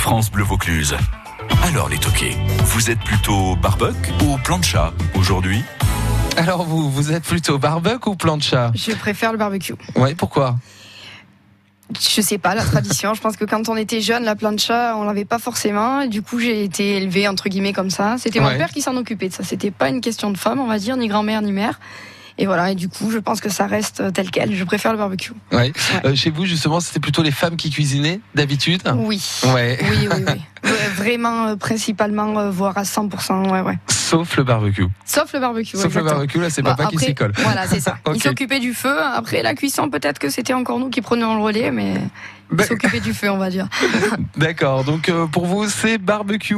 France Bleu Vaucluse. Alors les toqués, vous êtes plutôt barbecue ou plancha aujourd'hui Alors vous, vous êtes plutôt barbecue ou plancha Je préfère le barbecue. Ouais, pourquoi Je sais pas, la tradition. je pense que quand on était jeune, la plancha, on l'avait pas forcément. Et du coup, j'ai été élevée, entre guillemets, comme ça. C'était mon Ouais. père qui s'en occupait de ça. C'était pas une question de femme, on va dire, ni grand-mère, ni mère. Et voilà, et du coup, je pense que ça reste tel quel. Je préfère le barbecue. ouais. Euh, chez vous justement, c'était plutôt les femmes qui cuisinaient d'habitude Oui. Ah. Ouais, Oui, oui, oui. Ouais, Vraiment, euh, principalement, euh, voire à 100%, ouais, ouais. sauf le barbecue. Sauf le barbecue. Sauf le exactement. barbecue, là c'est Bah, papa qui après- s'y colle. Voilà, c'est ça. Ok. Il s'occupait du feu. Après la cuisson, peut-être que c'était encore nous qui prenions le relais, mais Bah, il s'occupait du feu, on va dire. D'accord, donc euh, pour vous c'est barbecue